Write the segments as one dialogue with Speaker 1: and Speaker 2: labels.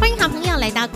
Speaker 1: 欢迎好朋友来到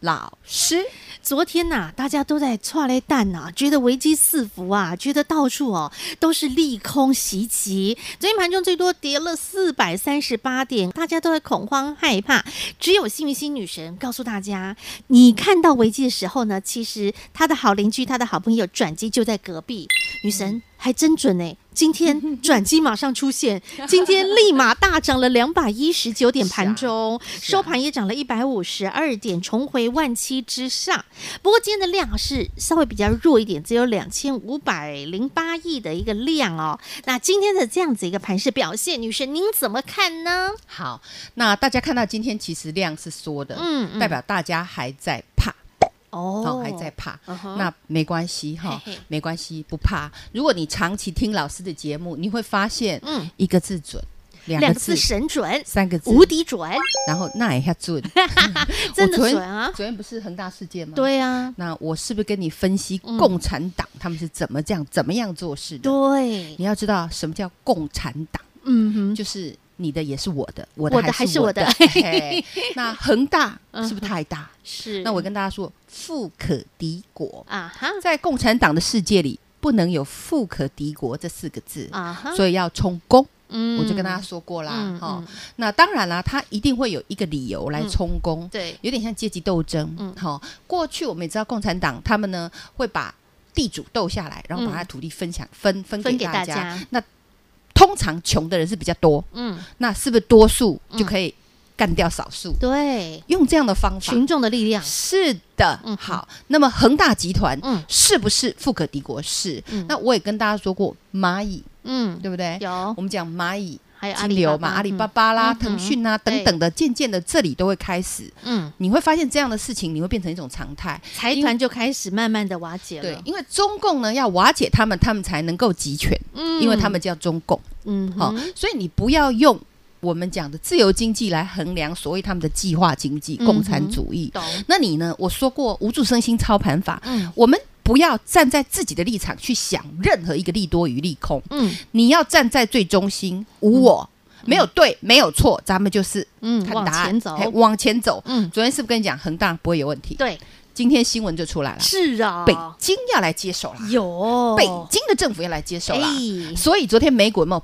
Speaker 2: 老师。
Speaker 1: 昨天呐、大家都在踹嘞蛋呐、觉得危机四伏啊，觉得到处哦都是利空袭击。昨天盘中最多跌了四百三十八点，大家都在恐慌害怕。只有幸运星女神告诉大家，你看到危机的时候呢，其实她的好邻居、她的好朋友转机就在隔壁。
Speaker 2: 嗯
Speaker 1: 女神还真准呢、今天转机马上出现，今天立马大涨了两百一十九点，
Speaker 2: 是啊
Speaker 1: 盘中、
Speaker 2: 是啊
Speaker 1: 收盘也涨了一百五十二点，重回万七之上。不过今天的量是稍微比较弱一点，只有两千五百零八亿的一个量哦。那今天的这样子一个盘势表现，女神您怎么看呢？
Speaker 2: 好，那大家看到今天其实量是缩的，
Speaker 1: 嗯嗯
Speaker 2: 代表大家还在怕，哦，还在怕。
Speaker 1: 嗯哼
Speaker 2: 那没关系哈
Speaker 1: 嘿嘿，
Speaker 2: 没关系，不怕。如果你长期听老师的节目，你会发现，
Speaker 1: 嗯
Speaker 2: 一个字准，两
Speaker 1: 哦两
Speaker 2: 个
Speaker 1: 个字
Speaker 2: 字，
Speaker 1: 神准，
Speaker 2: 三个字，
Speaker 1: 无敌准，
Speaker 2: 然后那也要准，
Speaker 1: 真的
Speaker 2: 我昨天
Speaker 1: 准啊！
Speaker 2: 昨天不是恒大事件吗？
Speaker 1: 对啊，
Speaker 2: 那我是不是跟你分析
Speaker 1: 嗯
Speaker 2: 共产党他们是怎么这样、怎么样做事的？
Speaker 1: 对，
Speaker 2: 你要知道什么叫共产党，
Speaker 1: 嗯哼，
Speaker 2: 就是你的也是我的，
Speaker 1: 我
Speaker 2: 我
Speaker 1: 的
Speaker 2: 的
Speaker 1: 还
Speaker 2: 还
Speaker 1: 是
Speaker 2: 是
Speaker 1: 我
Speaker 2: 我
Speaker 1: 的嗯
Speaker 2: 的。 嘿那恒大是不是太大？
Speaker 1: 是。
Speaker 2: 那我跟大家说，富可敌国，
Speaker 1: 啊哈
Speaker 2: 在共产党的世界里，不能有富可敌国这四个字，
Speaker 1: 啊哈，
Speaker 2: 所以要充公。
Speaker 1: 嗯
Speaker 2: 我就跟大家说过啦，
Speaker 1: 嗯
Speaker 2: 哈、
Speaker 1: 嗯
Speaker 2: 那当然啦，他一定会有一个理由来充公，
Speaker 1: 对，
Speaker 2: 有点像阶级斗争。
Speaker 1: 嗯
Speaker 2: 好、过去我们也知道共产党他们呢会把地主斗下来，然后把他土地分享、分分
Speaker 1: 分
Speaker 2: 给
Speaker 1: 给
Speaker 2: 大
Speaker 1: 大
Speaker 2: 家。
Speaker 1: 家，
Speaker 2: 通常穷的人是比较多，
Speaker 1: 嗯，
Speaker 2: 那是不是多数
Speaker 1: 嗯
Speaker 2: 就可以干掉少数？
Speaker 1: 对，
Speaker 2: 用这样的方法。
Speaker 1: 群众的力量，
Speaker 2: 是的，
Speaker 1: 嗯
Speaker 2: 好。那么恒大集团、
Speaker 1: 嗯
Speaker 2: 是不是富可敌国？是。
Speaker 1: 嗯
Speaker 2: 那我也跟大家说过，蚂蚁
Speaker 1: 嗯，
Speaker 2: 对不对？
Speaker 1: 有
Speaker 2: 我们讲蚂蚁
Speaker 1: 还有阿
Speaker 2: 金
Speaker 1: 里
Speaker 2: 流
Speaker 1: 巴
Speaker 2: 嘛，
Speaker 1: 巴，
Speaker 2: 阿里巴巴啦、
Speaker 1: 嗯
Speaker 2: 腾讯啊等等的，渐渐的这里都会开始，
Speaker 1: 嗯，
Speaker 2: 你会发现这样的事情，你会变成一种常态。
Speaker 1: 财团就开始慢慢的瓦解
Speaker 2: 对
Speaker 1: 了，，
Speaker 2: 因为中共呢要瓦解他们，他们才能够集权，
Speaker 1: 嗯
Speaker 2: 因为他，们叫中共。
Speaker 1: 嗯
Speaker 2: 好、
Speaker 1: 哼，
Speaker 2: 所以你不要用我们讲的自由经济来衡量所谓他们的计划经济、
Speaker 1: 嗯哼
Speaker 2: 共产主义。
Speaker 1: 懂，
Speaker 2: 那你呢？我说过无助身心操盘法，
Speaker 1: 嗯
Speaker 2: 我们不要站在自己的立场去想任何一个利多与利空，
Speaker 1: 嗯
Speaker 2: 你要站在最中心，无我。没有对，没有错，咱们就是
Speaker 1: 嗯，
Speaker 2: 看
Speaker 1: 往
Speaker 2: 答案
Speaker 1: 前走，
Speaker 2: 嘿往前走。
Speaker 1: 嗯，
Speaker 2: 昨天是不是跟你讲恒大不会有问题？
Speaker 1: 对，
Speaker 2: 今天新闻就出来了，
Speaker 1: 是啊，
Speaker 2: 北京要来接手啦，
Speaker 1: 有
Speaker 2: 北京的政府要来接手啦。
Speaker 1: 哦哎
Speaker 2: 所以昨天美股有没有？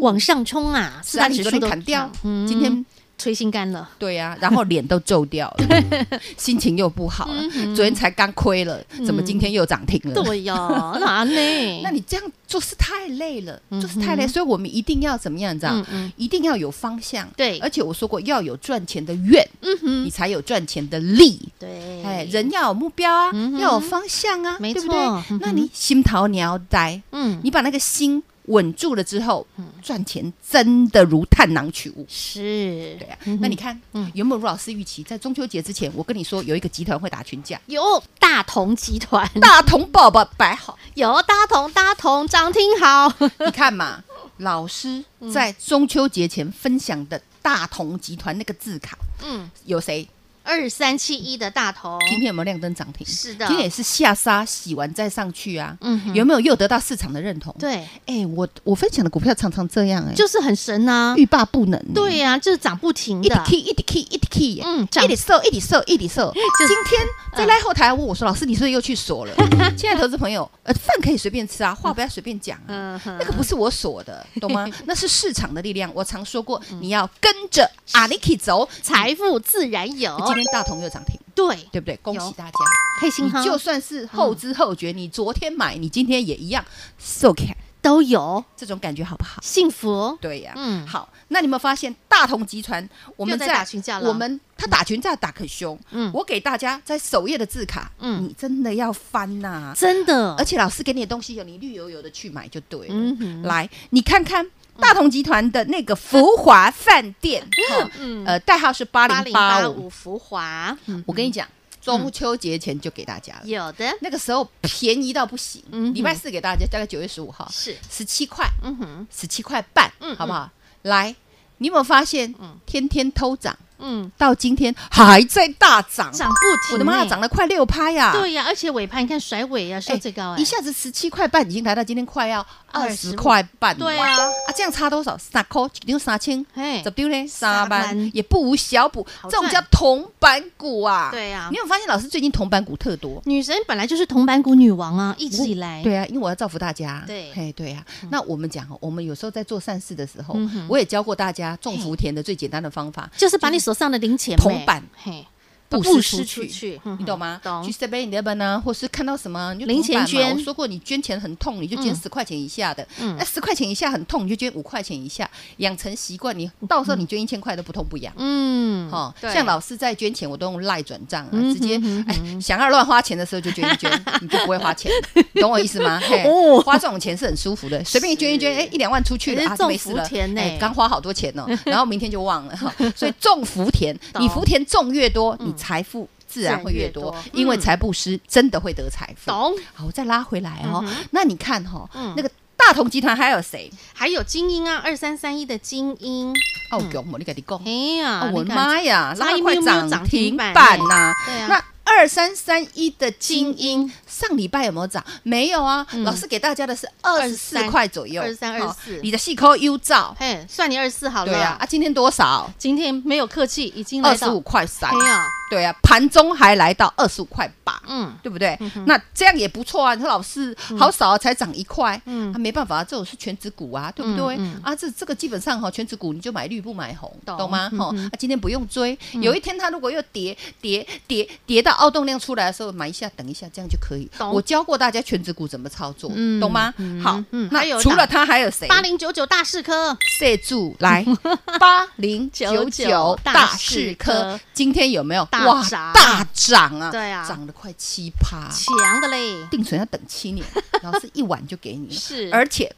Speaker 1: 往上冲啊，四
Speaker 2: 是啊，
Speaker 1: 大
Speaker 2: 你
Speaker 1: 指
Speaker 2: 昨
Speaker 1: 数
Speaker 2: 天
Speaker 1: 都
Speaker 2: 砍掉
Speaker 1: 涨，嗯
Speaker 2: 今天
Speaker 1: 吹心肝了，
Speaker 2: 对啊，然后脸都皱掉了， 心情又不好了。昨天才刚亏了，怎么今天又涨停了？
Speaker 1: 嗯对 呀，哪呢？
Speaker 2: 那你这样做事太累了，
Speaker 1: 嗯哼
Speaker 2: 做事太累，所以我们一定要怎么样？你知道
Speaker 1: 嗯嗯，
Speaker 2: 一定要有方向。
Speaker 1: 对嗯
Speaker 2: 而且我说过，要有赚钱的愿，你才有赚钱的力。
Speaker 1: 对，
Speaker 2: 哎，人要有目标啊
Speaker 1: 嗯哼，
Speaker 2: 要有方向啊，
Speaker 1: 没
Speaker 2: 对不
Speaker 1: 错嗯哼
Speaker 2: 对？那你心桃你要呆，
Speaker 1: 嗯，
Speaker 2: 你把那个心稳住了之后，赚钱真的如探囊取物。
Speaker 1: 是
Speaker 2: 对啊
Speaker 1: 嗯哼，
Speaker 2: 那你看，原本卢老师预期在中秋节之前，我跟你说有一个集团会打群架，
Speaker 1: 有大同集团，
Speaker 2: 大同宝宝摆 好，
Speaker 1: 有大同大同涨停 好，
Speaker 2: 你看嘛，老师
Speaker 1: 嗯
Speaker 2: 在中秋节前分享的大同集团那个字卡，
Speaker 1: 嗯，
Speaker 2: 有谁
Speaker 1: 二三七一的大同，
Speaker 2: 今天有没有亮灯涨停？
Speaker 1: 是的
Speaker 2: 今，天也是下杀洗完再上去啊，
Speaker 1: 嗯哼
Speaker 2: 有没有又得到市场的认同？，
Speaker 1: 对，
Speaker 2: 哎，我我分享的股票常常这样哎，
Speaker 1: 就是很神呐，
Speaker 2: 欲罢不能欸，
Speaker 1: 对呀，就是涨不停
Speaker 2: 一直
Speaker 1: 的，
Speaker 2: key 一直 key 一直 key，
Speaker 1: 嗯
Speaker 2: 嗯，
Speaker 1: 涨
Speaker 2: 一直瘦一直瘦一直 瘦。今天
Speaker 1: 嗯
Speaker 2: 在赖后台问我说：“老师，你是不是又去锁了？” 亲爱的投资朋友，呃，饭可以随便吃啊，话不要随便讲啊，
Speaker 1: 嗯哼
Speaker 2: 那个不是我锁的，懂吗？那是市场的力量。我常说过，
Speaker 1: 嗯
Speaker 2: 你要跟着阿里 k 走。
Speaker 1: 财富自然有，
Speaker 2: 今天大同又涨停，
Speaker 1: 对，
Speaker 2: 对不对？恭
Speaker 1: 有嗯
Speaker 2: 喜大家！
Speaker 1: 开心
Speaker 2: 你
Speaker 1: 哈，
Speaker 2: 就算是后知后觉，你昨天买，你今天也一样受 k
Speaker 1: 都有
Speaker 2: 这种感觉好不好？
Speaker 1: 幸福。
Speaker 2: 对呀、
Speaker 1: 嗯，
Speaker 2: 好，那你们发现大同集团我们
Speaker 1: 又在
Speaker 2: 在
Speaker 1: 打群架了
Speaker 2: 我们他打群架打可凶。
Speaker 1: 嗯
Speaker 2: 我给大家在首页的字卡，
Speaker 1: 嗯
Speaker 2: 你真的要翻呐、
Speaker 1: 真的，
Speaker 2: 而且老师给你的东西有，你绿油油的去买就对了。
Speaker 1: 嗯哼
Speaker 2: 来，你看看大同集团的那个福华饭店，哈
Speaker 1: 嗯
Speaker 2: 呃，代号是八
Speaker 1: 八
Speaker 2: 零
Speaker 1: 零
Speaker 2: 八
Speaker 1: 八
Speaker 2: 五。嗯
Speaker 1: 五嗯福华，
Speaker 2: 我跟你讲，中秋节前就给大家了，
Speaker 1: 有的
Speaker 2: 那个时候便宜到不行
Speaker 1: 嗯。哼
Speaker 2: 礼拜四给大家，大概九月十五号，
Speaker 1: 是，
Speaker 2: 十七块，
Speaker 1: 嗯哼，
Speaker 2: 十七块半，
Speaker 1: 嗯
Speaker 2: 好不好？来，你有没有发现，天天偷涨，
Speaker 1: 嗯，
Speaker 2: 到今天还在大涨？
Speaker 1: 涨不停，
Speaker 2: 我的妈呀，
Speaker 1: 欸
Speaker 2: 涨了快六趴呀！
Speaker 1: 对呀，而且尾盘你看甩尾呀，收最高哎，
Speaker 2: 一下子十七块半，已经来到今天快要二
Speaker 1: 20
Speaker 2: 十块半了。
Speaker 1: 对啊，
Speaker 2: 啊，这样差多少？三块，一张三千，
Speaker 1: 嘿
Speaker 2: 十丢呢？
Speaker 1: 三万
Speaker 2: 三万，也不无小补。
Speaker 1: 好
Speaker 2: 这
Speaker 1: 赚
Speaker 2: 种叫铜板股啊。
Speaker 1: 对啊
Speaker 2: 你有没有发现老师最近铜板股特多？
Speaker 1: 女神本来就是铜板股女王啊，一直以来，
Speaker 2: 对啊，因为我要造福大家。
Speaker 1: 对
Speaker 2: 嘿，对啊。那我们讲哦，我们有时候在做善事的时候
Speaker 1: 嗯哼，
Speaker 2: 我也教过大家种福田的最简单的方法，
Speaker 1: 就是把你手上的零钱
Speaker 2: 铜
Speaker 1: 妹
Speaker 2: 板
Speaker 1: 嘿
Speaker 2: 布
Speaker 1: 布
Speaker 2: 施
Speaker 1: 施
Speaker 2: 出
Speaker 1: 出
Speaker 2: 去。
Speaker 1: 去，嗯哼
Speaker 2: 你懂吗？去
Speaker 1: 懂，
Speaker 2: Seven Eleven 啊，或是看到什么你就
Speaker 1: 零
Speaker 2: 铜板嘛
Speaker 1: 钱捐
Speaker 2: 我说过你捐钱很痛，你就捐
Speaker 1: 嗯
Speaker 2: 十块钱以下的。
Speaker 1: 嗯
Speaker 2: 那十块钱以下很痛，你就捐五块钱以下，养成习惯，你到时候你捐一千块都不痛不痒。
Speaker 1: 嗯，
Speaker 2: 哈、
Speaker 1: 对
Speaker 2: 像老师在捐钱，我都用赖转账啊，
Speaker 1: 嗯
Speaker 2: 直接
Speaker 1: 哼
Speaker 2: 哎、想要乱花钱的时候就捐一捐，你就不会花钱， 懂我意思吗？嘿
Speaker 1: 哦
Speaker 2: 花这种钱是很舒服的，随便一捐一捐，
Speaker 1: 是
Speaker 2: 哎、一两万出去了
Speaker 1: 哎
Speaker 2: 啊，
Speaker 1: 种
Speaker 2: 就没事了
Speaker 1: 福田呢
Speaker 2: 哎刚、花好多钱 哦，然后明天就忘了哈、所以种福田，
Speaker 1: 懂嗯
Speaker 2: 你福田种越多，你财富。自然会越多
Speaker 1: 自然越，多
Speaker 2: 因为
Speaker 1: 嗯
Speaker 2: 财布施真的会得财富。
Speaker 1: 懂。
Speaker 2: 好，我再拉回来哦。
Speaker 1: 嗯哼
Speaker 2: 那你看哈、
Speaker 1: 嗯
Speaker 2: 那个大同集团还有谁？
Speaker 1: 还有精英啊，二三三一的精英，
Speaker 2: 奥勇，哦我你跟你讲，
Speaker 1: 哎呀
Speaker 2: 哦，，我
Speaker 1: 你
Speaker 2: 的
Speaker 1: 看
Speaker 2: 妈呀，
Speaker 1: 差
Speaker 2: 拉
Speaker 1: 一
Speaker 2: 快
Speaker 1: 咪咪
Speaker 2: 涨
Speaker 1: 涨停
Speaker 2: 停
Speaker 1: 板
Speaker 2: 板
Speaker 1: 耶
Speaker 2: 呐、
Speaker 1: 对啊
Speaker 2: 那二三三一的
Speaker 1: 精
Speaker 2: 精英。
Speaker 1: 英
Speaker 2: 上礼拜有没有涨？没有啊，
Speaker 1: 嗯
Speaker 2: 老师给大家的是二十四
Speaker 1: 23
Speaker 2: 块左右，
Speaker 1: 23
Speaker 2: 好
Speaker 1: 24
Speaker 2: 你的细扣 U 照，
Speaker 1: 嘿，算你二十四好了。
Speaker 2: 对啊，啊，今天多少？
Speaker 1: 今天没有客气，已经
Speaker 2: 二
Speaker 1: 来
Speaker 2: 十
Speaker 1: 到哎
Speaker 2: 五块三，
Speaker 1: 没有，
Speaker 2: 对啊，盘中还来到二十五块八，
Speaker 1: 嗯，
Speaker 2: 对不对？那这样也不错啊。你说老师好少啊，才涨一块，
Speaker 1: 嗯
Speaker 2: 啊，没办法，这种是全指股啊，对不对
Speaker 1: 嗯嗯？
Speaker 2: 啊，这这个基本上哈，全指股你就买绿不买红，
Speaker 1: 懂
Speaker 2: 懂吗？哈，
Speaker 1: 嗯
Speaker 2: 啊，今天不用追，有一天它如果又跌跌跌跌到凹动量出来的时候，买一下等一下，这样就可以。
Speaker 1: 懂
Speaker 2: 我教过大家全指股怎么操作
Speaker 1: 嗯，
Speaker 2: 懂吗
Speaker 1: 嗯？
Speaker 2: 好
Speaker 1: 嗯，还有
Speaker 2: 那除了它还有谁？
Speaker 1: 八零九九大士科，
Speaker 2: 射住 来八零九
Speaker 1: 99
Speaker 2: 九
Speaker 1: 大
Speaker 2: 大
Speaker 1: 士
Speaker 2: 士
Speaker 1: 科
Speaker 2: 科，今天有没有
Speaker 1: 大
Speaker 2: 哇
Speaker 1: 涨
Speaker 2: 大涨啊？
Speaker 1: 对啊
Speaker 2: 涨了快七趴，
Speaker 1: 强的嘞，
Speaker 2: 定存要等 七年，老师一晚就给你了，
Speaker 1: 是，
Speaker 2: 而且。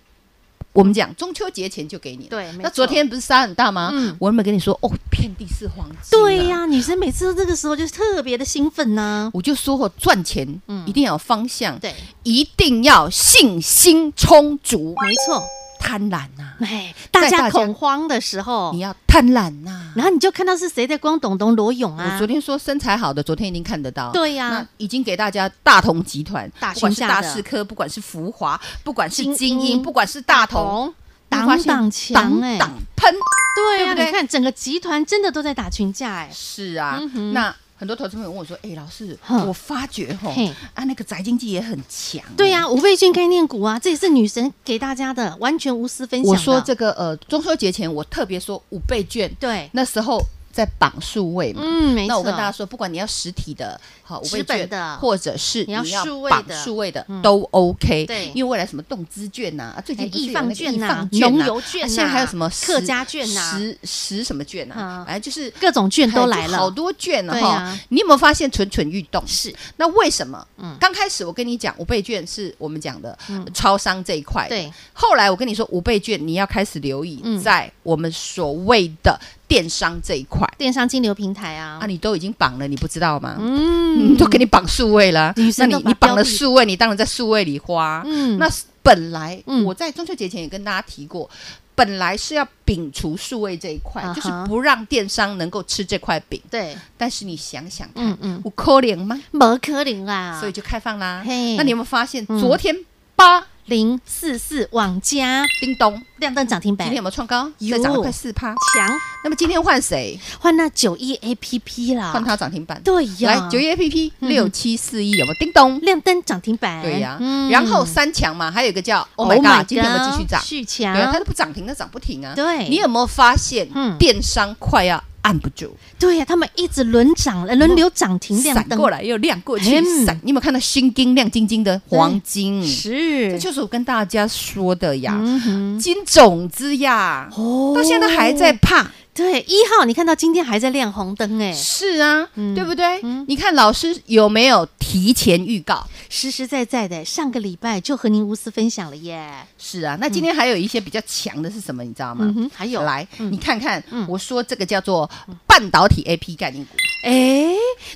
Speaker 2: 我们讲中秋节前就给你了，
Speaker 1: 对没
Speaker 2: 那
Speaker 1: 错
Speaker 2: 昨天不是杀很大吗？
Speaker 1: 嗯
Speaker 2: 我有没有跟你说哦，遍地是黄金、
Speaker 1: 对、呀，女生每次这个时候就特别的兴奋呐，
Speaker 2: 我就说哦，赚钱
Speaker 1: 嗯
Speaker 2: 一定要有方向，
Speaker 1: 对，
Speaker 2: 一定要信心充足，
Speaker 1: 没错，
Speaker 2: 贪婪呐、
Speaker 1: 哎，大
Speaker 2: 在
Speaker 1: 家
Speaker 2: 大家
Speaker 1: 恐慌的时候
Speaker 2: 你，要贪婪呐、
Speaker 1: 然后你就看到是谁在光懂懂裸泳啊
Speaker 2: 我昨，天说身材好的，昨天已经看得到。
Speaker 1: 对呀
Speaker 2: 那已经给大家大同集团，
Speaker 1: 打
Speaker 2: 不管是
Speaker 1: 群架
Speaker 2: 大
Speaker 1: 的
Speaker 2: 师科，不管是福华，不管是
Speaker 1: 精
Speaker 2: 精
Speaker 1: 英
Speaker 2: 英，不管是大同，
Speaker 1: 同
Speaker 2: 你会
Speaker 1: 挡
Speaker 2: 发现
Speaker 1: 挡强哎
Speaker 2: 挡，挡喷。
Speaker 1: 对呀，
Speaker 2: 对不对
Speaker 1: 你看整个集团真的都在打群架哎，
Speaker 2: 是啊
Speaker 1: 嗯，哼
Speaker 2: 那很多投资朋友问我说：“哎，老师，
Speaker 1: 哼
Speaker 2: 我发觉吼
Speaker 1: 嘿
Speaker 2: 啊，那个宅经济也很强。”欸
Speaker 1: 对。呀，五倍券概念股啊，这也是女神给大家的，完全无私分享的。
Speaker 2: 我说这个呃，中秋节前我特别说五倍券，
Speaker 1: 对，
Speaker 2: 那时候在榜数位嘛。
Speaker 1: 嗯，没错。
Speaker 2: 那我跟大家说，不管你要实体的，好五
Speaker 1: 纸
Speaker 2: 倍
Speaker 1: 本
Speaker 2: 券
Speaker 1: 的
Speaker 2: 或者是
Speaker 1: 你要
Speaker 2: 你要
Speaker 1: 数位
Speaker 2: 绑
Speaker 1: 的
Speaker 2: 数位的
Speaker 1: 嗯
Speaker 2: 都 OK。
Speaker 1: 对
Speaker 2: 因为未来什么动资券呐，啊最近
Speaker 1: 哎
Speaker 2: 不是
Speaker 1: 易
Speaker 2: 有
Speaker 1: 放
Speaker 2: 那个
Speaker 1: 券
Speaker 2: 易
Speaker 1: 呐
Speaker 2: 放
Speaker 1: 农
Speaker 2: 呐
Speaker 1: 游券
Speaker 2: 啊现在还有什
Speaker 1: 呐
Speaker 2: 么
Speaker 1: 客
Speaker 2: 十
Speaker 1: 家券呐
Speaker 2: 十十什么券呐
Speaker 1: 嗯？
Speaker 2: 反正就是
Speaker 1: 各种券都来
Speaker 2: 好
Speaker 1: 了，
Speaker 2: 多券了
Speaker 1: 对
Speaker 2: 哈
Speaker 1: 啊。
Speaker 2: 你有没有发现蠢蠢欲动？
Speaker 1: 是
Speaker 2: 那为什么？
Speaker 1: 嗯
Speaker 2: 刚开始我跟你讲五倍券是我们讲的超商这一块，
Speaker 1: 对。
Speaker 2: 后来我跟你说五倍券，你要开始留意
Speaker 1: 嗯
Speaker 2: 在我们所谓的电商这一块。
Speaker 1: 电商金流平台啊
Speaker 2: 啊，，你都已经绑了，你不知道吗？
Speaker 1: 嗯
Speaker 2: 嗯，都给你绑数位了，啊
Speaker 1: 女
Speaker 2: 那
Speaker 1: 生
Speaker 2: 你
Speaker 1: 都把
Speaker 2: 你绑
Speaker 1: 标
Speaker 2: 了
Speaker 1: 的
Speaker 2: 数位，你当然在数位里花。
Speaker 1: 嗯
Speaker 2: 那本来
Speaker 1: 嗯
Speaker 2: 我在中秋节前也跟大家提过，本来是要摒除数位这一块
Speaker 1: 啊哈，
Speaker 2: 就是不让电商能够吃这块饼。
Speaker 1: 对，
Speaker 2: 但是你想想看，
Speaker 1: 嗯嗯，
Speaker 2: 有可能吗？
Speaker 1: 摩可林啊，
Speaker 2: 所以就开放啦。
Speaker 1: 嘿
Speaker 2: 那你有没有发现
Speaker 1: 嗯
Speaker 2: 昨天八
Speaker 1: 零四四网加
Speaker 2: 叮咚，
Speaker 1: 亮灯涨停
Speaker 2: 今
Speaker 1: 板
Speaker 2: 天有没有创高？
Speaker 1: 有
Speaker 2: 再涨了快四趴。
Speaker 1: 强，
Speaker 2: 那么今天换谁？
Speaker 1: 换那九一 A P P 啦，
Speaker 2: 换它涨停板。
Speaker 1: 啊对呀，
Speaker 2: 来九一 A P P
Speaker 1: 嗯
Speaker 2: 六七四一有没有？叮咚。
Speaker 1: 亮灯涨停板，
Speaker 2: 对呀、
Speaker 1: 嗯
Speaker 2: 然后三强嘛，还有一个叫 Oh
Speaker 1: Oh
Speaker 2: my
Speaker 1: my
Speaker 2: God，今天有没有继续
Speaker 1: God，
Speaker 2: 涨？
Speaker 1: 续
Speaker 2: 对啊，它
Speaker 1: 强，
Speaker 2: 都不涨停，它涨不停啊。
Speaker 1: 对
Speaker 2: 你有没有发现
Speaker 1: 嗯，
Speaker 2: 电商快要按不住，
Speaker 1: 对呀，他们一直轮涨，轮流涨停亮
Speaker 2: 嗯闪
Speaker 1: 灯
Speaker 2: 过来又亮过去
Speaker 1: 嗯，
Speaker 2: 闪、你有没有看到新金亮晶晶的黄金？嗯这
Speaker 1: 是，
Speaker 2: 就是我跟大家说的呀，
Speaker 1: 嗯哼，
Speaker 2: 金种子呀，
Speaker 1: 哦
Speaker 2: 到现在还在怕。
Speaker 1: 对一号，你看到今天还在亮红灯哎，
Speaker 2: 是啊，
Speaker 1: 嗯
Speaker 2: 对不对、
Speaker 1: 嗯
Speaker 2: 你看老师有没有提前预告？
Speaker 1: 实实在在的，上个礼拜就和您无私分享了耶，
Speaker 2: 是啊，那今天还有一些比较强的是什么，你知道吗？
Speaker 1: 嗯哼，还有
Speaker 2: 来、你看看、
Speaker 1: 嗯
Speaker 2: 我说这个叫做半导体 A P 概念股，
Speaker 1: 哎，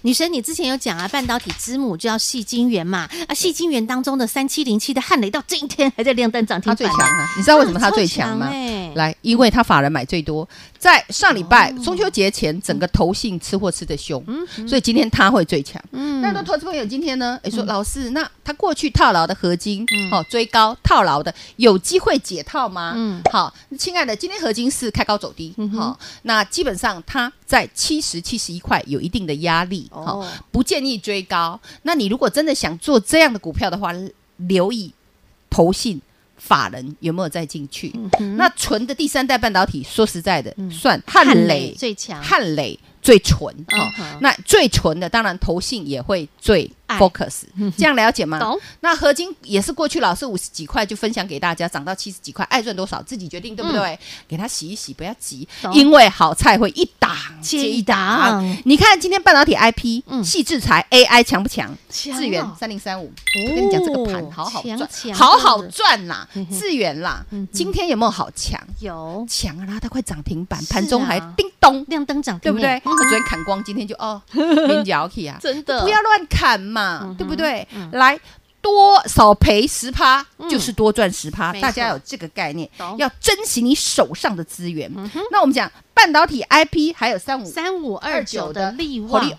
Speaker 1: 女神，你之前有讲啊，半导体之母就要细晶圆嘛，啊，细晶圆当中的三七零七的汉雷到今天还在亮灯涨停
Speaker 2: 它
Speaker 1: 板，
Speaker 2: 最强啊！你知道为什么它最强吗？
Speaker 1: 哎，
Speaker 2: 来，因为它法人买最多，在上礼
Speaker 1: 哦
Speaker 2: 拜中秋节前，整个投信吃货吃的凶，所以今天它会最强。
Speaker 1: 嗯
Speaker 2: 那很多投资朋友今天呢，也说老师，那他过去套牢的合金，好追高套牢的，有机会解套吗？
Speaker 1: 嗯
Speaker 2: 嗯，好，亲爱的，今天合金是开高走低，好，那基本上它在七十七十一块有一定的压力，好
Speaker 1: 哦，
Speaker 2: 不建议追高。那你如果真的想做这样的股票的话，留意投信。法人有没有再进去？那纯的第三代半导体，说实在的，算汉磊
Speaker 1: 最强，
Speaker 2: 汉磊最纯哦
Speaker 1: 嗯哼，
Speaker 2: 那最纯的当然投信也会最
Speaker 1: 爱
Speaker 2: focus，这样了解吗
Speaker 1: 懂？
Speaker 2: 那合金也是过去老是五十几块就分享给大家，涨到七十几块，爱赚多少自己决定，对不对？给它洗一洗，不要急
Speaker 1: 嗯懂，
Speaker 2: 因为好菜会一档
Speaker 1: 接一档
Speaker 2: 你看今天半导体 IP
Speaker 1: 嗯、
Speaker 2: 细制裁 AI 强不强？
Speaker 1: 强哦哦
Speaker 2: 智远三零三五，我跟你讲这个盘好好
Speaker 1: 强
Speaker 2: 赚
Speaker 1: 强，
Speaker 2: 好好
Speaker 1: 的
Speaker 2: 赚啦
Speaker 1: 嗯，哼
Speaker 2: 智远啦
Speaker 1: 嗯哼，
Speaker 2: 今天有没有好强？
Speaker 1: 有
Speaker 2: 强啊啦，它快涨停板，
Speaker 1: 是
Speaker 2: 盘中还
Speaker 1: 啊
Speaker 2: 叮咚。
Speaker 1: 亮灯涨停
Speaker 2: 对
Speaker 1: 耶，
Speaker 2: 不
Speaker 1: 嗯
Speaker 2: 对？我昨天砍光，今天就 哦，跟脚去啊，
Speaker 1: 真的
Speaker 2: 不要乱砍
Speaker 1: 嗯
Speaker 2: 嘛
Speaker 1: 哼，
Speaker 2: 对不对？来。多少赔十趴，就是多赚十趴，
Speaker 1: 没错
Speaker 2: 大家有这个概念
Speaker 1: 懂，嗯
Speaker 2: 要珍惜你手上的资源。那我们讲半导体 IP，还有三五
Speaker 1: 三五二九的利
Speaker 2: 火
Speaker 1: 旺
Speaker 2: 力，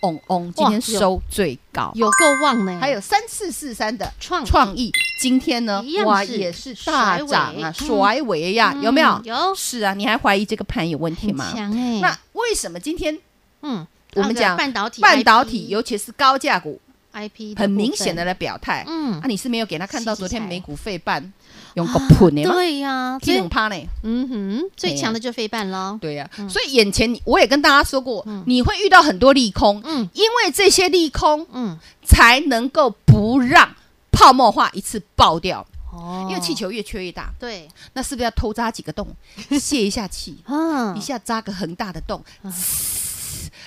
Speaker 2: 嗡嗡嗡，今
Speaker 1: 有
Speaker 2: 天收最高。
Speaker 1: 有够旺呢，
Speaker 2: 还有三四四三的
Speaker 1: 创意
Speaker 2: 创意，今天呢
Speaker 1: 一样，是
Speaker 2: 哇，也是大涨啊，
Speaker 1: 甩尾
Speaker 2: 甩尾呀，
Speaker 1: 嗯
Speaker 2: 有没有？
Speaker 1: 有
Speaker 2: 是啊，你还怀疑这个盘有问题
Speaker 1: 很
Speaker 2: 吗？
Speaker 1: 强哎，
Speaker 2: 那为什么今天
Speaker 1: 嗯，
Speaker 2: 我
Speaker 1: 那
Speaker 2: 们
Speaker 1: 个
Speaker 2: 讲
Speaker 1: 半导体 IP，
Speaker 2: 半导体，尤其是高价股，
Speaker 1: IP
Speaker 2: 很明显的，来表态。
Speaker 1: 嗯
Speaker 2: 啊，，你是没有给他看到
Speaker 1: 是是
Speaker 2: 昨
Speaker 1: 是
Speaker 2: 天美股费半用个喷的吗？
Speaker 1: 啊对呀，
Speaker 2: 听
Speaker 1: 最
Speaker 2: 懂趴呢？
Speaker 1: 嗯哼，最强的就费半喽，
Speaker 2: 对呀、所以眼前我也跟大家说过，你会遇到很多利空，
Speaker 1: 嗯
Speaker 2: 因为这些利空
Speaker 1: 嗯，
Speaker 2: 才能够不让泡沫化一次爆掉，
Speaker 1: 哦
Speaker 2: 因为气球越缺越大，
Speaker 1: 对，
Speaker 2: 那是不是要偷扎几 个洞，泄一下气？
Speaker 1: 嗯
Speaker 2: 一，下扎个很大的洞，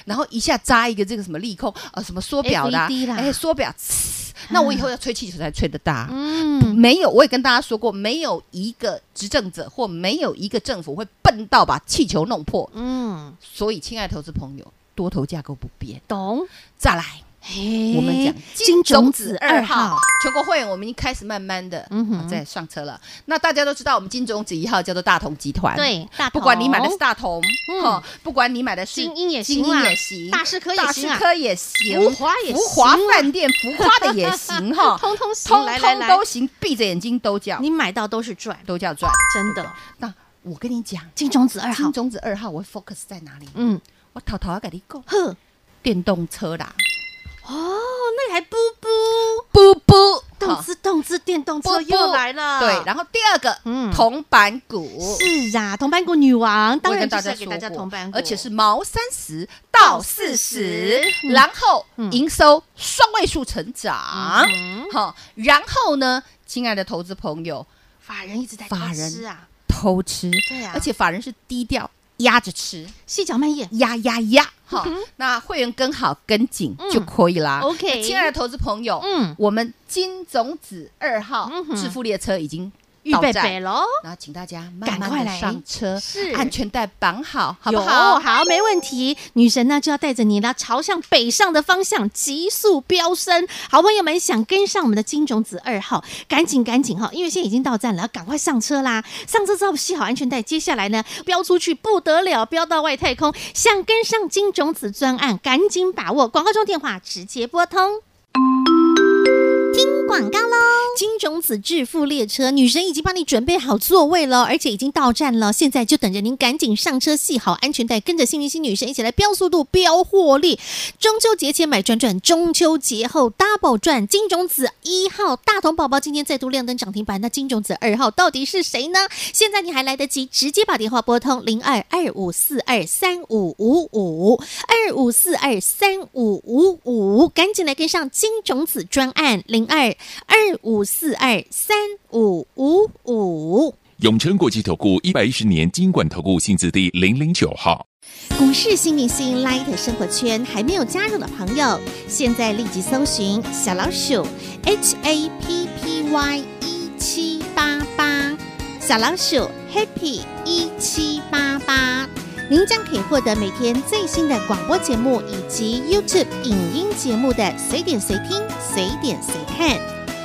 Speaker 2: 然后一下扎一个这个什么利空，呃，什么缩表的啊
Speaker 1: FED E 啦，
Speaker 2: 缩表，那我以后要吹气球才吹得大。
Speaker 1: 嗯，
Speaker 2: 没有，我也跟大家说过，没有一个执政者或没有一个政府会笨到把气球弄破。
Speaker 1: 嗯，
Speaker 2: 所以，亲爱的投资朋友，多头架构不变。
Speaker 1: 懂。
Speaker 2: 再来，
Speaker 1: 嘿
Speaker 2: 我们讲
Speaker 1: 哎金种子二号，
Speaker 2: 全国会员，我们已经开始慢慢的
Speaker 1: 嗯哼
Speaker 2: 啊在上车了。那大家都知道，我们金种子一号叫做大同集团，
Speaker 1: 对，大
Speaker 2: 不管你买的是
Speaker 1: 头
Speaker 2: 大同，
Speaker 1: 嗯
Speaker 2: 哈、不管你买的是
Speaker 1: 精英也
Speaker 2: 精
Speaker 1: 行啦
Speaker 2: 英也行，
Speaker 1: 大师科也
Speaker 2: 大
Speaker 1: 行
Speaker 2: 师
Speaker 1: 啊，
Speaker 2: 科也行，
Speaker 1: 福华也行啊
Speaker 2: 福华饭 店、浮夸的也行哈，
Speaker 1: 通通行，
Speaker 2: 通
Speaker 1: 来来
Speaker 2: 通
Speaker 1: 来
Speaker 2: 都，行，闭着眼睛都叫
Speaker 1: 你买到都是赚，
Speaker 2: 都叫赚。
Speaker 1: 真的。
Speaker 2: 那我跟你讲，
Speaker 1: 金种子二号
Speaker 2: 金，种子二号，我 focus 在哪里？
Speaker 1: 嗯，
Speaker 2: 我偷偷要跟你讲，
Speaker 1: 呵，
Speaker 2: 电动车啦，
Speaker 1: 哦，那还不不
Speaker 2: 不不，
Speaker 1: 动资动资电动车
Speaker 2: 不
Speaker 1: 又来了，
Speaker 2: 对，然后第二个，
Speaker 1: 嗯
Speaker 2: 铜板股。
Speaker 1: 是啊，同班股女王，当
Speaker 2: 我也
Speaker 1: 然
Speaker 2: 跟
Speaker 1: 就是
Speaker 2: 大家
Speaker 1: 要给
Speaker 2: 说
Speaker 1: 大家
Speaker 2: 过
Speaker 1: 同班股，
Speaker 2: 而且是毛三十到四十，嗯然后营收双位数成长，
Speaker 1: 嗯
Speaker 2: 好、然后呢，亲爱的投资朋友，
Speaker 1: 法人一直在
Speaker 2: 法
Speaker 1: 偷
Speaker 2: 人
Speaker 1: 吃啊，
Speaker 2: 偷吃，
Speaker 1: 对啊
Speaker 2: 而且法人是低调压着吃，
Speaker 1: 细嚼慢咽，
Speaker 2: 压压压，好、那会员跟好跟紧就可以啦。
Speaker 1: OK
Speaker 2: 啊那亲爱的投资朋友，
Speaker 1: 嗯，
Speaker 2: 我们金种子二号
Speaker 1: 嗯哼
Speaker 2: 致富列车已经
Speaker 1: 预
Speaker 2: 到
Speaker 1: 备
Speaker 2: 站
Speaker 1: 备喽，
Speaker 2: 然后请大家慢
Speaker 1: 赶快
Speaker 2: 慢
Speaker 1: 来
Speaker 2: 的上车，
Speaker 1: 是
Speaker 2: 安全带绑好，好不
Speaker 1: 有
Speaker 2: 好？
Speaker 1: 好，没问题。女神呢就要带着你啦，朝向北上的方向急速飙升。好朋友们，想跟上我们的金种子二号，赶紧赶紧哈，因为现在已经到站了，要赶快上车啦！上车之后系好安全带，接下来呢飙出去不得了，飙到外太空。想跟上金种子专案，赶紧把握。广告中电话直接拨通。听广
Speaker 3: 广告喽。
Speaker 1: 金种子致富列车，女神已经帮你准备好座位了，而且已经到站了，现在就等着您赶紧上车，系好安全带，跟着幸运星女神一起来飙速度、飙获利。中秋节前买转转，中秋节后 double 赚。金种子一号大同宝宝今天再度亮灯涨停板，那金种子二号到底是谁呢？现在你还来得及，直接把电话拨通零二二五四二三五五五二五四二三五五五，赶紧来跟上金种子专案零二二五四二三五五五。
Speaker 4: 永诚国际投顾一百一十年金管投顾新字第零零九号，
Speaker 1: 股市新明星 Light 生活圈还没有加入的朋友，现在立即搜寻小老鼠 HAPPY 一七八八，小老鼠 Happy 一七八八，您将可以获得每天最新的广播节目以及 YouTube 影音节目的随点随听、随点随看。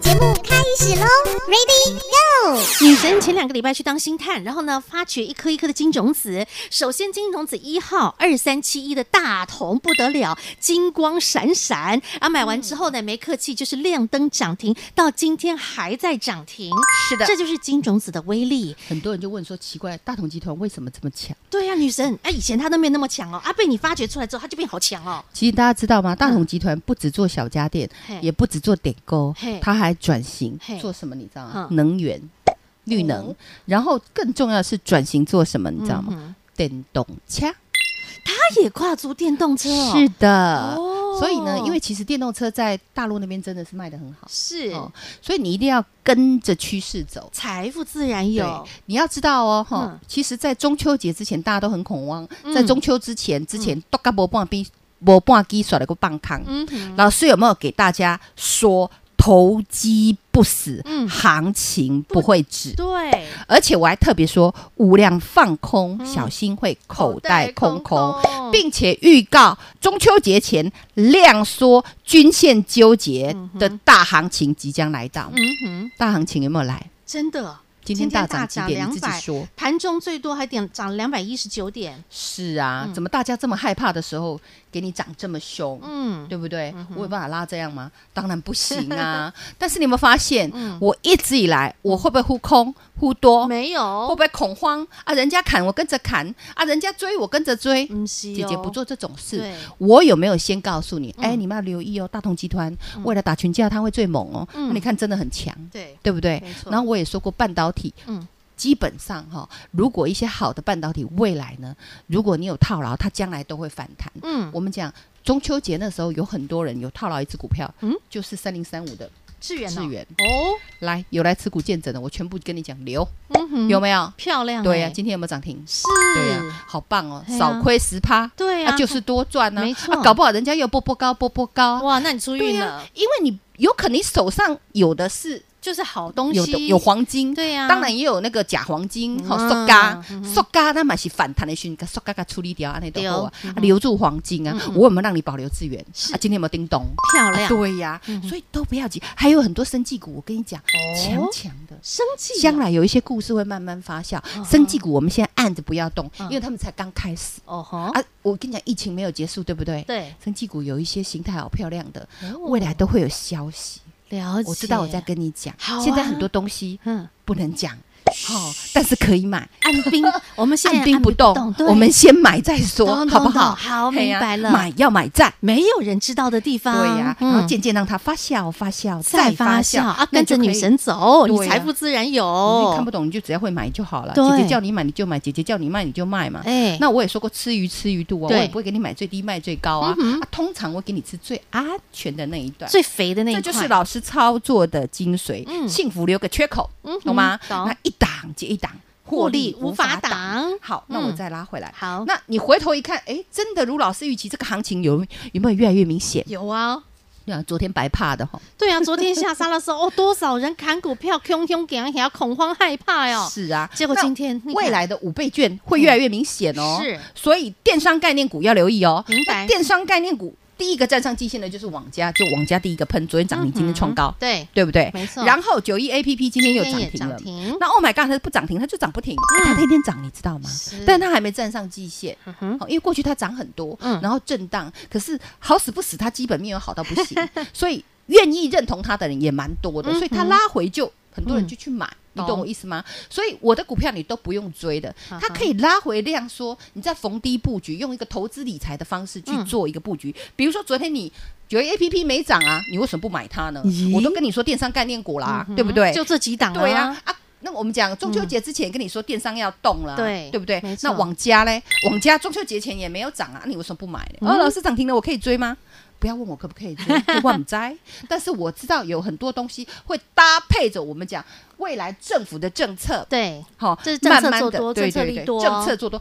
Speaker 3: 节目开始喽，Ready Go！
Speaker 1: 女神前两个礼拜去当星探，然后呢发掘一颗一颗的金种子。首先金种子一号二三七一的大同不得了，金光闪闪啊！买完之后呢没客气，就是亮灯涨停，到今天还在涨停。
Speaker 2: 是的
Speaker 1: 这就是金种子的威力。
Speaker 2: 很多人就问说，奇怪，大同集团为什么这么强？
Speaker 1: 对呀、女神，哎、以前她都没有那么强哦，啊，被你发掘出来之后，她就变好强哦。
Speaker 2: 其实大家知道吗？大同集团不只做小家电，
Speaker 1: 嗯嘿
Speaker 2: 也不只做点购
Speaker 1: 嘿，
Speaker 2: 它还转型
Speaker 1: 嘿
Speaker 2: 做什么？你知道吗？
Speaker 1: 嗯
Speaker 2: 能源、绿能
Speaker 1: 哦，
Speaker 2: 然后更重要的是转型做什么？你知道吗？
Speaker 1: 嗯
Speaker 2: 电动车。
Speaker 1: 她也跨足电动车哦，
Speaker 2: 是的
Speaker 1: 哦，
Speaker 2: 所以呢，因为其实电动车在大陆那边真的是卖的很好，
Speaker 1: 是、
Speaker 2: 哦所以你一定要跟着趋势走。
Speaker 1: 财富自然有
Speaker 2: 对，你要知道哦，哈、
Speaker 1: 嗯
Speaker 2: 其实，在中秋节之前，大家都很恐慌。
Speaker 1: 嗯
Speaker 2: 在中秋之前，之前都嘎无半边，无半鸡耍了个棒康。
Speaker 1: 嗯哼，
Speaker 2: 老师有没有给大家说投机不死，
Speaker 1: 嗯
Speaker 2: 行情不会止？
Speaker 1: 对，
Speaker 2: 而且我还特别说，五量放空，
Speaker 1: 嗯
Speaker 2: 小心会口袋空空。
Speaker 1: 空
Speaker 2: 并且预告中秋节前量缩均线纠结的大行情即将来到。
Speaker 1: 嗯哼，
Speaker 2: 大行情有没有来？
Speaker 1: 真的，
Speaker 2: 今
Speaker 1: 天
Speaker 2: 天
Speaker 1: 大
Speaker 2: 大
Speaker 1: 涨
Speaker 2: 涨
Speaker 1: 几
Speaker 2: 几
Speaker 1: 点
Speaker 2: 点？
Speaker 1: 你
Speaker 2: 你
Speaker 1: 自
Speaker 2: 自
Speaker 1: 己
Speaker 2: 己说。
Speaker 1: 盘中最多还点涨两百一十九点，
Speaker 2: 是啊，
Speaker 1: 嗯
Speaker 2: 怎么大家这么害怕的时候给你涨这么凶？
Speaker 1: 嗯，
Speaker 2: 对不对？
Speaker 1: 哼
Speaker 2: 我有办法拉这 样吗？当然不行啊！但是你有没有发现
Speaker 1: 嗯，
Speaker 2: 我一直以来我会不会忽空忽多？会
Speaker 1: 没
Speaker 2: 不
Speaker 1: 有，
Speaker 2: 会恐慌啊？人家砍我跟着砍啊，人家追我跟着追。
Speaker 1: 嗯，姐
Speaker 2: 姐姐不做这种事，
Speaker 1: 对，
Speaker 2: 我有没有先告诉你？
Speaker 1: 嗯
Speaker 2: 哎、你们要留意哦，大同集团为了打群架，它会最猛哦。
Speaker 1: 嗯
Speaker 2: 那你看，真的很强，
Speaker 1: 对，
Speaker 2: 对不对
Speaker 1: 没？错
Speaker 2: 然后我也说过，半导体，
Speaker 1: 嗯
Speaker 2: 基本上哈、如果一些好的半导体未来呢，如果你有套牢，它将来都会反弹。
Speaker 1: 嗯，
Speaker 2: 我们讲中秋节那时候，有很多人有套牢一只股票，
Speaker 1: 嗯
Speaker 2: 就是三零三五的
Speaker 1: 志远
Speaker 2: 智
Speaker 1: 哦，
Speaker 2: 源。
Speaker 1: 哦，
Speaker 2: 来，有来持股见证的，我全部跟你讲留，
Speaker 1: 嗯哼，
Speaker 2: 有没有？
Speaker 1: 漂亮欸，
Speaker 2: 对呀、今天有没有涨停？
Speaker 1: 是，
Speaker 2: 对呀、好棒哦，
Speaker 1: 对啊
Speaker 2: 少亏十趴。
Speaker 1: 对呀，
Speaker 2: 啊，就是多赚呢、啊，
Speaker 1: 没错
Speaker 2: 搞不好人家又波波高，波波高，
Speaker 1: 哇，那你出
Speaker 2: 对
Speaker 1: 运
Speaker 2: 呀、
Speaker 1: 了，
Speaker 2: 因为你有可能你手上有的是
Speaker 1: 就是好东
Speaker 2: 有的
Speaker 1: 西，
Speaker 2: 有，黄金，
Speaker 1: 对呀，
Speaker 2: 当然也有那个假黄金，好
Speaker 1: 啊嗯
Speaker 2: 塑嘎
Speaker 1: 嗯，哼
Speaker 2: 塑嘎那嘛是反弹的瞬间，塑嘎嘎处理掉，安尼都好啊
Speaker 1: 对哦嗯，嗯
Speaker 2: 啊
Speaker 1: 哼
Speaker 2: 留住黄金啊，我有没有让你保留资源？啊，今天有没有叮咚？
Speaker 1: 漂亮，
Speaker 2: 对呀
Speaker 1: 嗯哼，哦
Speaker 2: 所以都不要急，还有很多生技股，我跟你讲，强强的。
Speaker 1: 生气了，
Speaker 2: 将来有一些故事会慢慢发酵，
Speaker 1: 啊嗯
Speaker 2: 生技股我们现在按着不要动，
Speaker 1: 嗯
Speaker 2: 因为他们才刚开始
Speaker 1: 哦吼，
Speaker 2: 啊。我跟你讲，疫情没有结束，对不对？
Speaker 1: 对，
Speaker 2: 生技股有一些形态好漂亮的，
Speaker 1: 哦
Speaker 2: 未来都会有消息。
Speaker 1: 了解，
Speaker 2: 我知道我在，跟你讲
Speaker 1: 好啊，
Speaker 2: 现在很多东西
Speaker 1: 嗯，
Speaker 2: 不能讲，哦，但是可以买，
Speaker 1: 按 兵，我们现在
Speaker 2: 按兵不动，
Speaker 1: 对
Speaker 2: 我们先买再说，
Speaker 1: 懂
Speaker 2: 好不
Speaker 1: 懂
Speaker 2: 好？
Speaker 1: 懂好
Speaker 2: 嘿呀
Speaker 1: 明白了
Speaker 2: 买要买再。
Speaker 1: 没有人知道的地
Speaker 2: 对
Speaker 1: 方，
Speaker 2: 呀，然后
Speaker 1: 嗯
Speaker 2: 渐渐让它发酵、发酵、
Speaker 1: 再发酵啊，跟
Speaker 2: 那你就
Speaker 1: 着
Speaker 2: 可以
Speaker 1: 女。神走，你
Speaker 2: 对呀
Speaker 1: 财富自然
Speaker 2: 你
Speaker 1: 有
Speaker 2: 看不。懂，你就只要会买就好了。
Speaker 1: 对
Speaker 2: 姐姐叫你买你就买，姐姐叫你卖你就卖嘛。
Speaker 1: 哎
Speaker 2: 那我也说过，吃鱼吃鱼肚啊，我
Speaker 1: 对
Speaker 2: 也不会给你买最低卖最高啊。
Speaker 1: 嗯哼
Speaker 2: 啊通常我给你吃最安全的那一段。
Speaker 1: 最肥的那一
Speaker 2: 这
Speaker 1: 块，
Speaker 2: 就是老师操作的精髓，
Speaker 1: 嗯
Speaker 2: 幸福留个缺口，
Speaker 1: 嗯哼
Speaker 2: 懂吗？
Speaker 1: 懂
Speaker 2: 那一档接一档，
Speaker 1: 获利无法挡。嗯
Speaker 2: 好，那我再拉回来。
Speaker 1: 好，
Speaker 2: 那你回头一看，哎，真的如老师预期，这个行情有有没有越来越明显？
Speaker 1: 有啊，
Speaker 2: 对啊，昨天白怕的哈，
Speaker 1: 对啊，昨天下杀的时候，哦，多少人砍股票，汹汹给人家恐慌害怕哟。
Speaker 2: 是啊。
Speaker 1: 结果
Speaker 2: 那
Speaker 1: 今天你看嗯
Speaker 2: 未来的五倍券会越来越明显哦，
Speaker 1: 是
Speaker 2: 所以电商概念股要留意哦。
Speaker 1: 明白
Speaker 2: 那电商概念股第一个站上季线的就是网家，就网家第一个喷，昨天涨停，今天创高，
Speaker 1: 对，
Speaker 2: 对不对？
Speaker 1: 嗯没错
Speaker 2: 然后九一 A P P 今天又
Speaker 1: 今
Speaker 2: 涨
Speaker 1: 天也
Speaker 2: 停了
Speaker 1: 涨。停，
Speaker 2: 那 Oh my God，它不涨停，它就涨不停，它天天涨，你知道吗？
Speaker 1: 嗯是
Speaker 2: 但它还没站上季线，哦
Speaker 1: 嗯哼
Speaker 2: 好因为过去它涨很多，
Speaker 1: 嗯
Speaker 2: 然后震荡，可是好死不死，它基本面又好到不行，所以愿意认同它的人也蛮多
Speaker 1: 嗯
Speaker 2: 的，所以它拉回就很多人就去买。你懂我意思吗？所以我的股票你都不用追的，
Speaker 1: 哈
Speaker 2: 它可以拉回量缩，你再逢低布局，用一个投资理财的方式
Speaker 1: 嗯
Speaker 2: 去做一个布局。比如说昨天你有一 A P P 没涨啊，你为什么不买它呢？
Speaker 1: 咦嗯
Speaker 2: 我都跟你说电商概念股啦，啊对不对？
Speaker 1: 就这几档啊
Speaker 2: 对呀、啊，那我们讲中秋节之前跟你说电商要动了啊、
Speaker 1: 嗯对
Speaker 2: 对不对
Speaker 1: 没？错
Speaker 2: 那网家嘞，网家中秋节前也没有涨啊，你为什么不买
Speaker 1: 嗯
Speaker 2: 呢？哦，老师涨停了，我可以追吗？不要问我可不可以追，这我不 摘。但是我知道有很多东西会搭配着我们讲未来政府的政策，
Speaker 1: 对，
Speaker 2: 好
Speaker 1: 这是政
Speaker 2: 慢
Speaker 1: 策
Speaker 2: 慢
Speaker 1: 做
Speaker 2: 的，
Speaker 1: 多
Speaker 2: 对
Speaker 1: 政策
Speaker 2: 对
Speaker 1: 利
Speaker 2: 对
Speaker 1: 多哦
Speaker 2: 政策做多。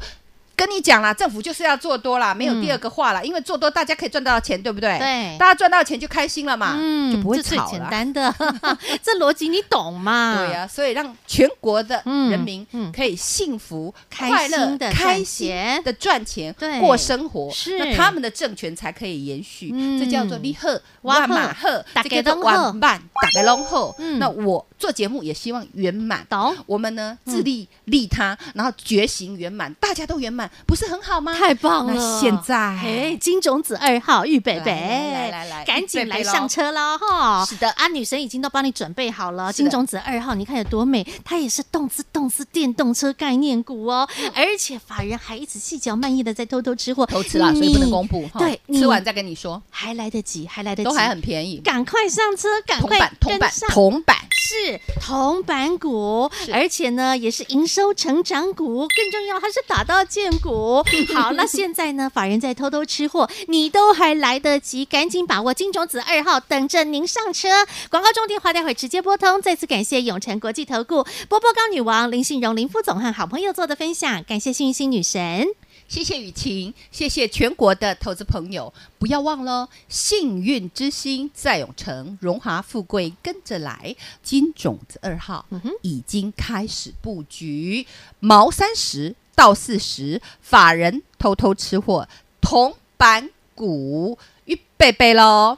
Speaker 2: 跟你讲啦，政府就是要做多啦，没有第二个话啦，因为做多大家可以赚到钱，对不对？
Speaker 1: 嗯对
Speaker 2: 大家赚到钱就开心了嘛，
Speaker 1: 嗯，
Speaker 2: 就不会
Speaker 1: 这最
Speaker 2: 吵
Speaker 1: 简
Speaker 2: 了。
Speaker 1: 单的， 这逻辑你懂嘛？
Speaker 2: 对呀、所以让全国的
Speaker 1: 嗯
Speaker 2: 人民
Speaker 1: 嗯
Speaker 2: 可以幸福、
Speaker 1: 开
Speaker 2: 快乐
Speaker 1: 心地
Speaker 2: 开
Speaker 1: 赚
Speaker 2: 心
Speaker 1: 钱
Speaker 2: 的赚钱，
Speaker 1: 对
Speaker 2: 过生活，
Speaker 1: 是
Speaker 2: 那他们的政权才可以延续。
Speaker 1: 嗯
Speaker 2: 这叫做你贺
Speaker 1: 哇
Speaker 2: 万马贺，
Speaker 1: 大
Speaker 2: 这
Speaker 1: 家
Speaker 2: 叫
Speaker 1: 都
Speaker 2: 做
Speaker 1: 好
Speaker 2: 万万打开龙后
Speaker 1: 嗯。
Speaker 2: 那我做节目也希望圆满。
Speaker 1: 懂，
Speaker 2: 我们呢，自立利他，然后觉醒圆满，大家都圆满，不是很好吗？
Speaker 1: 太棒了！
Speaker 2: 那现在
Speaker 1: 哎，金种子二号玉北北，
Speaker 2: 来来来来
Speaker 1: 赶紧来
Speaker 2: 预备咯
Speaker 1: 上车喽！哈，
Speaker 2: 是的
Speaker 1: 啊，女神已经都帮你准备好了。
Speaker 2: 是
Speaker 1: 金
Speaker 2: 的
Speaker 1: 种子二号，你看有多美，它也是动次动次电动车概念股哦，而且法人还一直细嚼慢咽的在偷偷吃货，
Speaker 2: 偷吃啦，所以不能公布。
Speaker 1: 你
Speaker 2: 哈
Speaker 1: 对，你
Speaker 2: 吃完再跟你说，
Speaker 1: 还来得及，还来得及，
Speaker 2: 都还很便宜。
Speaker 1: 赶快上车，赶
Speaker 2: 铜
Speaker 1: 快
Speaker 2: 板，铜
Speaker 1: 跟
Speaker 2: 板，
Speaker 1: 上
Speaker 2: 铜板。
Speaker 1: 是铜板股，而且呢也是营收成长股，更重要它是打到建股。好，那现在呢，法人在偷偷吃货，你都还来得及，赶紧把握金种子二号，等着您上车。广告重点话，待会儿直接拨通。再次感谢永诚国际投顾波波高女王林信荣林副总和好朋友做的分享，感谢幸运星女神。
Speaker 2: 谢谢雨晴，谢谢全国的投资朋友，不要忘了哦，幸运之星在永城，荣华富贵跟着来。金种子二号、已经开始布局，毛三十到四十，法人偷偷吃货，铜板股预备备喽。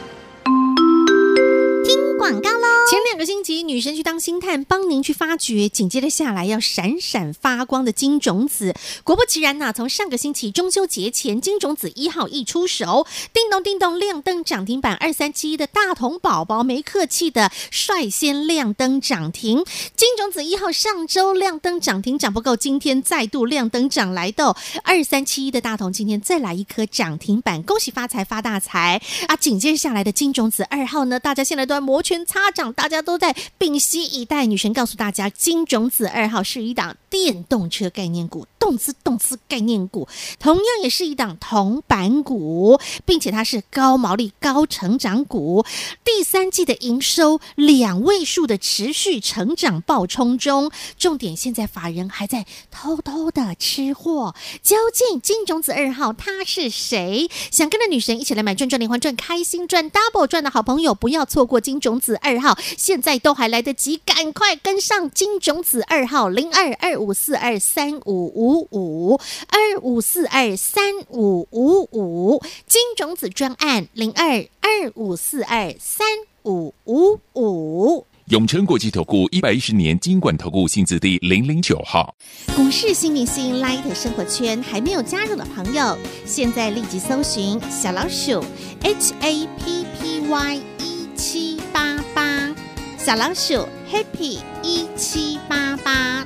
Speaker 3: 广告喽，
Speaker 1: 前两个星期，女神去当星探，帮您去发掘，紧接着下来要闪闪发光的金种子。果不其然呐、从上个星期中秋节前，金种子一号一出手，叮咚叮咚亮灯涨停板二三七一的大同宝宝没客气的率先亮灯涨停。金种子一号上周亮灯涨停涨不够，今天再度亮灯涨来到二三七一的大同，今天再来一颗涨停板，恭喜发财发大财啊！紧接着下来的金种子二号呢，大家现在都在摩拳擦掌，大家都在屏息以待。女神告诉大家，金种子二号是一档电动车概念股，动次动次概念股，同样也是一档铜板股，并且它是高毛利、高成长股。第三季的营收两位数的持续成长爆冲中，重点现在法人还在偷偷的吃货。究竟金种子二号他是谁？想跟着女神一起来买赚赚连环赚，开心赚 double 赚的好朋友，不要错过金种子二号，现在都还来得及，赶快跟上金种子二号零二二五四二三五五五二五四二三五五五金种子专案零二二五四二三五五五。
Speaker 4: 永诚国际投顾一百一十年金管投顾性质第零零九号。
Speaker 1: 股市新明星 Light 生活圈还没有加入的朋友，现在立即搜寻小老鼠 HAPPY 一 E 七八八，小老鼠 Happy 一七八八，